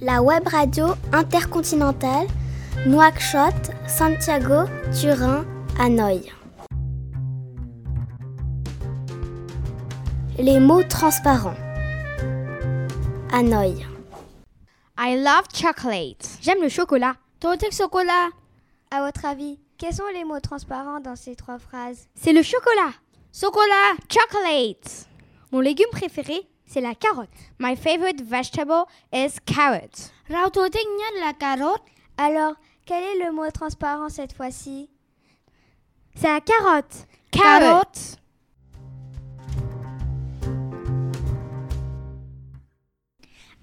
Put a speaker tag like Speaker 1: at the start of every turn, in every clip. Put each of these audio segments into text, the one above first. Speaker 1: la web radio intercontinentale Nouakchott, Santiago, Turin, Hanoï. Les mots transparents. Hanoï.
Speaker 2: I love chocolate.
Speaker 3: J'aime le chocolat.
Speaker 4: Totec chocolat.
Speaker 5: À votre avis, quels sont les mots transparents dans ces trois phrases
Speaker 3: C'est le chocolat.
Speaker 2: Chocolat. Chocolate.
Speaker 3: Mon légume préféré, c'est la carotte.
Speaker 2: My favorite vegetable is carrot.
Speaker 4: Rautotec de la carotte.
Speaker 5: Alors, quel est le mot transparent cette fois-ci
Speaker 3: C'est la carotte.
Speaker 2: Carotte.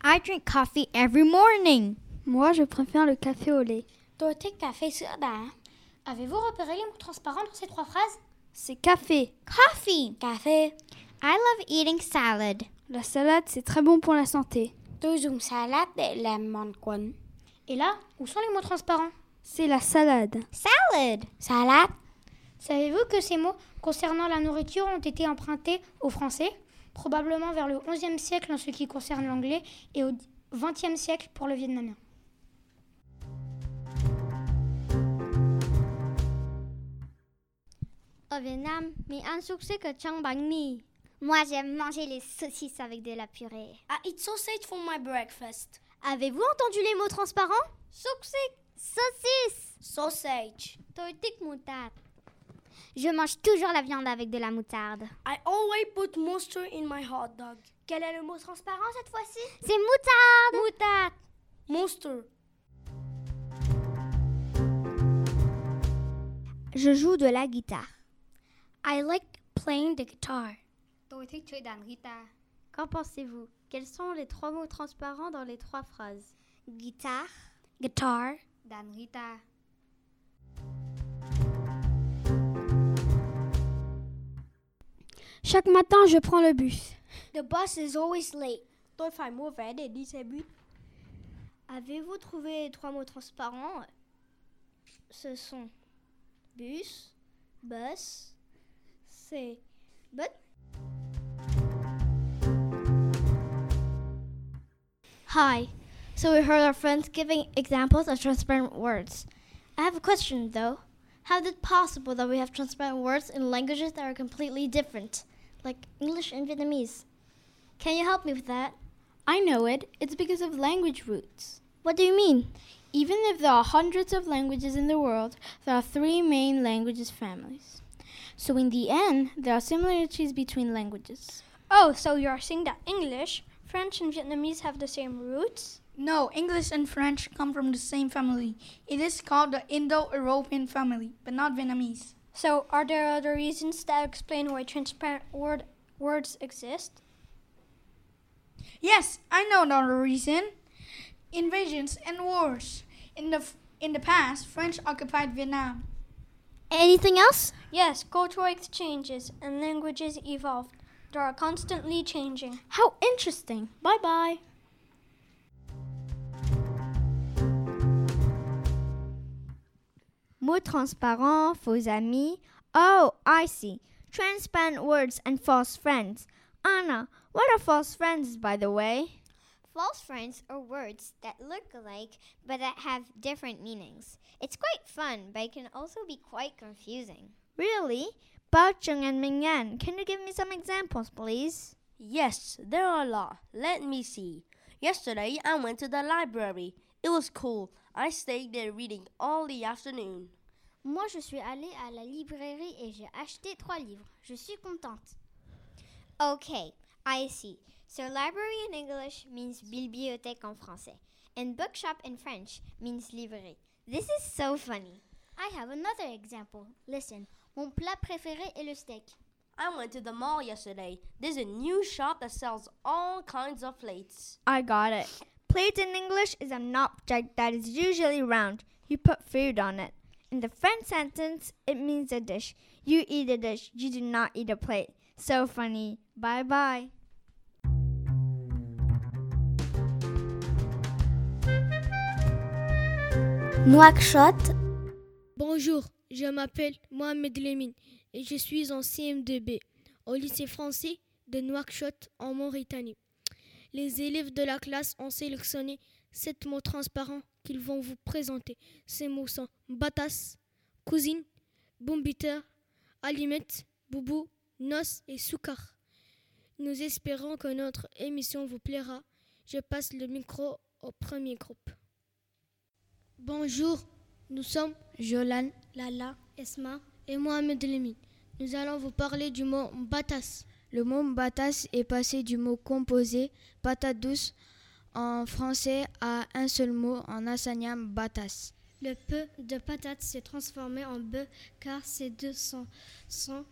Speaker 3: I drink coffee every morning.
Speaker 6: Moi, je préfère le café au lait.
Speaker 7: Totec café soda. Avez-vous repéré les mots transparents dans ces trois phrases
Speaker 6: C'est café.
Speaker 3: Coffee.
Speaker 7: Café.
Speaker 3: I love eating salad.
Speaker 6: La salade, c'est très bon pour la santé.
Speaker 7: Toujours salade la manquon. Et là, où sont les mots transparents
Speaker 6: C'est la salade.
Speaker 3: Salad.
Speaker 7: Salade. Savez-vous que ces mots concernant la nourriture ont été empruntés au français, probablement vers le XIe siècle en ce qui concerne l'anglais et au XXe siècle pour le vietnamien
Speaker 8: Au Vietnam, mais un succès que Chang Bang Mi.
Speaker 9: Moi, j'aime manger les saucisses avec de la purée.
Speaker 10: I eat Ah, sausage for my breakfast.
Speaker 3: Avez-vous entendu les mots transparents
Speaker 8: Succic, saucisse,
Speaker 10: sausage,
Speaker 8: tortique moutarde.
Speaker 9: Je mange toujours la viande avec de la moutarde.
Speaker 10: I always put mustard in my hot dog.
Speaker 7: Quel est le mot transparent cette fois-ci
Speaker 9: C'est moutarde.
Speaker 8: Moutarde.
Speaker 10: Monster.
Speaker 3: Je joue de la guitare.
Speaker 7: I like playing the guitar.
Speaker 8: Qu'en pensez-vous Quels sont les trois mots transparents dans les trois phrases
Speaker 9: Guitare,
Speaker 7: guitar,
Speaker 8: dan guitar.
Speaker 6: Chaque matin, je prends le bus.
Speaker 7: The bus is always late.
Speaker 8: Avez-vous trouvé les trois mots transparents Ce sont bus, bus, c'est but.
Speaker 11: Hi. So we heard our friends giving examples of transparent words. I have a question though. How is it possible that we have transparent words in languages that are completely different, like English and Vietnamese? Can you help me with that?
Speaker 12: I know it. It's because of language roots.
Speaker 11: What do you mean?
Speaker 12: Even if there are hundreds of languages in the world, there are three main languages families. So in the end, there are similarities between languages.
Speaker 7: Oh, so you are saying that English, French and Vietnamese have the same roots?
Speaker 13: No, English and French come from the same family. It is called the Indo European family, but not Vietnamese.
Speaker 7: So, are there other reasons that explain why transparent word, words exist?
Speaker 13: Yes, I know another reason invasions and wars. In the, in the past, French occupied Vietnam.
Speaker 11: Anything else?
Speaker 7: Yes, cultural exchanges and languages evolved. They are constantly changing.
Speaker 12: How interesting. Bye bye.
Speaker 2: Mots transparents, faux amis. Oh, I see. Transparent words and false friends. Anna, what are false friends, by the way?
Speaker 9: False friends are words that look alike but that have different meanings. It's quite fun, but it can also be quite confusing.
Speaker 2: Really? Bao Chung and Mingyan, can you give me some examples, please?
Speaker 10: Yes, there are a lot. Let me see. Yesterday, I went to the library. It was cool. I stayed there reading all the afternoon.
Speaker 8: Moi, je suis allée à la librairie et j'ai acheté trois livres. Je suis contente.
Speaker 9: Okay, I see. So, library in English means bibliothèque en français, and bookshop in French means librairie. This is so funny.
Speaker 8: I have another example. Listen. Mon plat préféré est le steak.
Speaker 10: I went to the mall yesterday. There's a new shop that sells all kinds of plates.
Speaker 2: I got it. Plate in English is an object that is usually round. You put food on it. In the French sentence, it means a dish. You eat a dish, you do not eat a plate. So funny. Bye bye.
Speaker 1: Nouakchott.
Speaker 14: Bonjour. Je m'appelle Mohamed Lemine et je suis en CM2B au lycée français de Nouakchott en Mauritanie.
Speaker 15: Les élèves de la classe ont sélectionné sept mots transparents qu'ils vont vous présenter. Ces mots sont batasse, cousine, bombiter, alimette, boubou, noce et soukar. Nous espérons que notre émission vous plaira. Je passe le micro au premier groupe. Bonjour, nous sommes Jolan, Lala, Esma et Mohamed Lemine. Nous allons vous parler du mot batas.
Speaker 16: Le mot batas est passé du mot composé patate douce en français à un seul mot en assanyan batas.
Speaker 17: Le peu de patate s'est transformé en be car ces deux sont, sont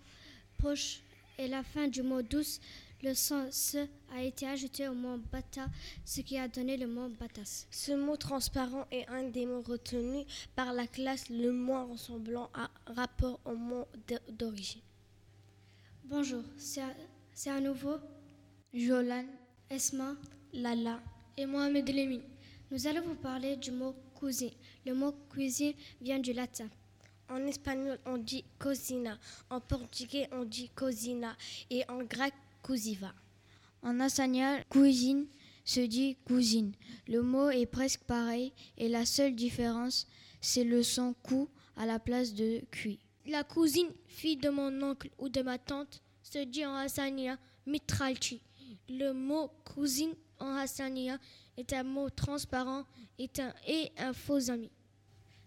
Speaker 17: proches et la fin du mot douce, le son se a été ajouté au mot bata, ce qui a donné le mot batas.
Speaker 18: Ce mot transparent est un des mots retenus par la classe le moins ressemblant à rapport au mot d'origine.
Speaker 17: Bonjour, c'est à, c'est à nouveau
Speaker 16: Jolan,
Speaker 17: Esma,
Speaker 16: Lala
Speaker 15: et Mohamed Lemi.
Speaker 17: Nous allons vous parler du mot cuisine. Le mot cuisine vient du latin.
Speaker 18: En espagnol, on dit cocina. En portugais, on dit cosina. Et en grec, cousiva.
Speaker 16: En assanyan, cuisine se dit cousine. Le mot est presque pareil et la seule différence, c'est le son cou à la place de cuit.
Speaker 15: La cousine, fille de mon oncle ou de ma tante, se dit en hassania mitralchi. Le mot cousine en hassania est un mot transparent et un, et un faux ami.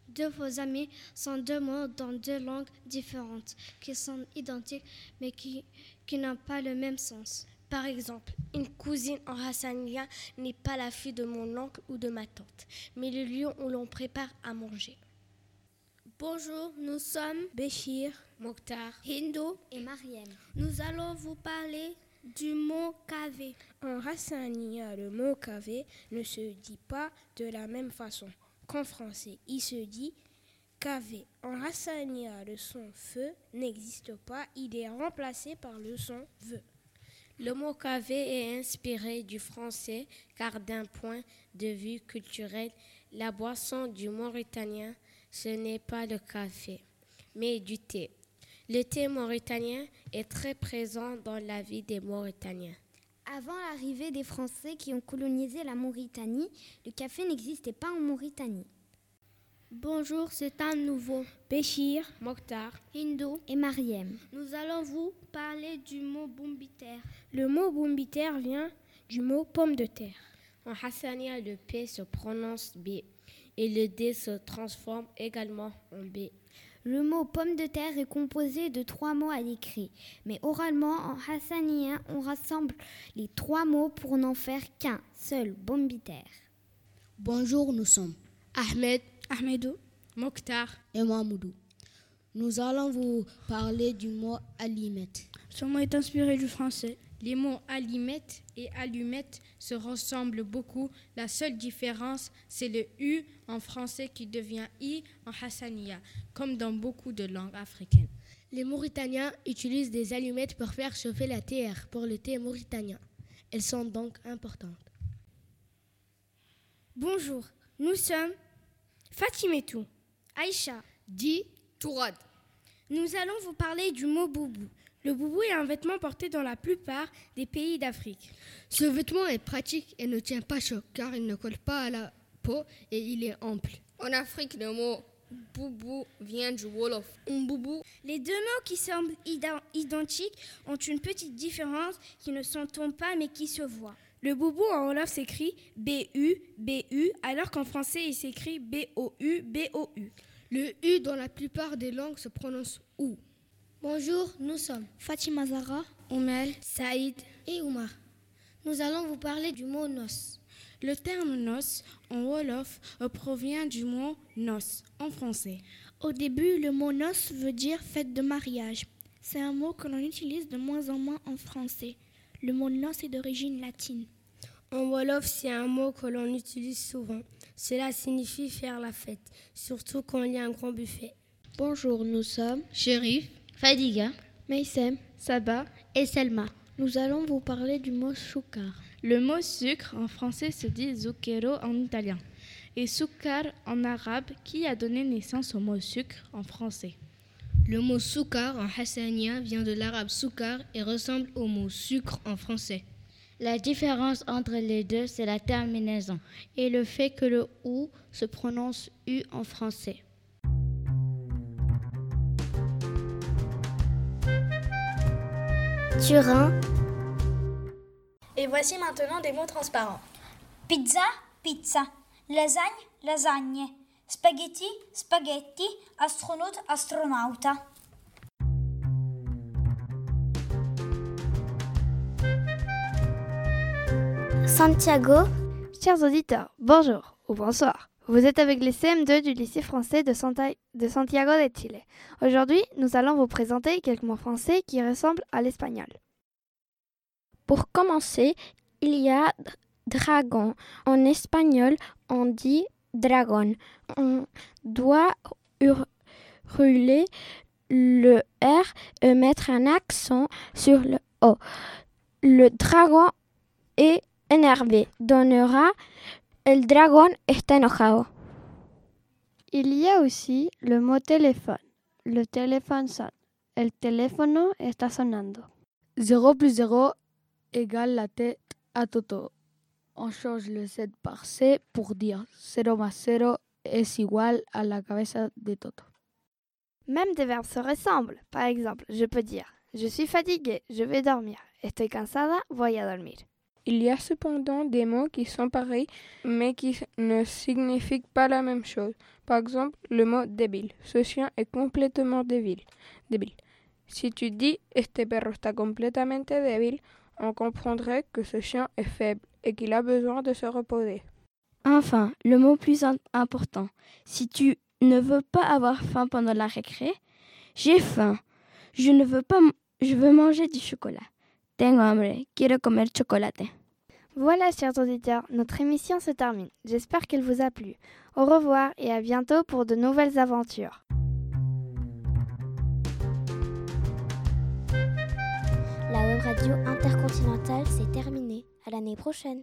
Speaker 17: Deux faux amis sont deux mots dans deux langues différentes qui sont identiques mais qui, qui n'ont pas le même sens.
Speaker 18: Par exemple, une cousine en hassania n'est pas la fille de mon oncle ou de ma tante, mais le lieu où l'on prépare à manger.
Speaker 19: Bonjour, nous sommes Béchir, Mokhtar, Hindo
Speaker 2: et Mariam.
Speaker 19: Nous allons vous parler du mot cavé.
Speaker 20: En hassania, le mot cavé ne se dit pas de la même façon qu'en français, il se dit KV. En hassania, le son feu n'existe pas, il est remplacé par le son ve.
Speaker 21: Le mot KV est inspiré du français car d'un point de vue culturel, la boisson du mauritanien, ce n'est pas le café, mais du thé. Le thé mauritanien est très présent dans la vie des Mauritaniens.
Speaker 2: Avant l'arrivée des Français qui ont colonisé la Mauritanie, le café n'existait pas en Mauritanie.
Speaker 19: Bonjour, c'est un nouveau.
Speaker 20: Béchir, Mokhtar,
Speaker 19: Hindo
Speaker 2: et Mariem.
Speaker 19: Nous allons vous parler du mot bombitaire.
Speaker 20: Le mot bombitaire vient du mot pomme de terre.
Speaker 21: En hassania, le P se prononce B et le D se transforme également en B.
Speaker 2: Le mot pomme de terre est composé de trois mots à l'écrit, mais oralement en hassanien, on rassemble les trois mots pour n'en faire qu'un seul bombitaire.
Speaker 22: Bonjour, nous sommes
Speaker 23: Ahmed,
Speaker 24: Ahmedou,
Speaker 23: Mokhtar
Speaker 22: et Mahmoudou. Nous allons vous parler du mot allumette.
Speaker 24: Ce mot est inspiré du français.
Speaker 25: Les mots allumette et allumette se ressemblent beaucoup. La seule différence, c'est le U en français qui devient I en hassania, comme dans beaucoup de langues africaines.
Speaker 15: Les Mauritaniens utilisent des allumettes pour faire chauffer la terre pour le thé mauritanien. Elles sont donc importantes.
Speaker 26: Bonjour, nous sommes Fatimetou, Aïcha,
Speaker 27: Di, Tourad.
Speaker 26: Nous allons vous parler du mot boubou. Le boubou est un vêtement porté dans la plupart des pays d'Afrique.
Speaker 27: Ce vêtement est pratique et ne tient pas chaud car il ne colle pas à la peau et il est ample.
Speaker 28: En Afrique, le mot boubou vient du Wolof. Un boubou.
Speaker 26: Les deux mots qui semblent identiques ont une petite différence qui ne s'entend pas mais qui se voit. Le boubou en Wolof s'écrit B-U, B-U, alors qu'en français il s'écrit B-O-U, B-O-U.
Speaker 15: Le U dans la plupart des langues se prononce OU.
Speaker 29: Bonjour, nous sommes
Speaker 30: Fatima Zara,
Speaker 31: Oumel, Saïd
Speaker 30: et Oumar. Nous allons vous parler du mot noce.
Speaker 31: Le terme noce en Wolof provient du mot noce en français.
Speaker 30: Au début, le mot noce veut dire fête de mariage. C'est un mot que l'on utilise de moins en moins en français. Le mot noce est d'origine latine.
Speaker 31: En Wolof, c'est un mot que l'on utilise souvent. Cela signifie faire la fête, surtout quand il y a un grand buffet.
Speaker 30: Bonjour, nous sommes
Speaker 32: Shérif, Fadiga,
Speaker 30: Meissem,
Speaker 32: Saba
Speaker 30: et Selma.
Speaker 29: Nous allons vous parler du mot sucre.
Speaker 31: Le mot sucre en français se dit zucchero en italien et succar en arabe qui a donné naissance au mot sucre en français.
Speaker 32: Le mot soukar en hassania vient de l'arabe soukar et ressemble au mot sucre en français.
Speaker 15: La différence entre les deux, c'est la terminaison et le fait que le ou se prononce u en français.
Speaker 2: Turin,
Speaker 33: Et voici maintenant des mots transparents.
Speaker 13: Pizza, pizza. Lasagne, lasagne. Spaghetti, spaghetti. Astronaute, astronauta.
Speaker 2: Santiago,
Speaker 34: Chers auditeurs, bonjour ou bonsoir. Vous êtes avec les CM2 du lycée français de, Santa- de Santiago de Chile. Aujourd'hui, nous allons vous présenter quelques mots français qui ressemblent à l'espagnol.
Speaker 35: Pour commencer, il y a d- dragon. En espagnol, on dit dragon. On doit hurler le R et mettre un accent sur le O. Le dragon est énervé. Donnera el dragon está enojado.
Speaker 36: Il y a aussi le mot téléphone. Le téléphone sonne. El teléfono está sonando.
Speaker 37: 0 plus 0 égale la tête à Toto. On change le 7 par C pour dire 0 más 0 es igual a la cabeza de Toto.
Speaker 34: Même des verbes se ressemblent. Par exemple, je peux dire Je suis fatigué, je vais dormir. Estoy cansada, voy a dormir.
Speaker 38: Il y a cependant des mots qui sont pareils mais qui ne signifient pas la même chose. Par exemple, le mot débile. Ce chien est complètement débile. débile. Si tu dis este perro está completamente débil, on comprendrait que ce chien est faible et qu'il a besoin de se reposer.
Speaker 3: Enfin, le mot plus im- important. Si tu ne veux pas avoir faim pendant la récré, j'ai faim. Je ne veux pas, m- je veux manger du chocolat. Tengo hambre. Quiero comer chocolate.
Speaker 34: Voilà, chers auditeurs, notre émission se termine. J'espère qu'elle vous a plu. Au revoir et à bientôt pour de nouvelles aventures.
Speaker 2: la web radio intercontinentale, c'est terminé. À l'année prochaine.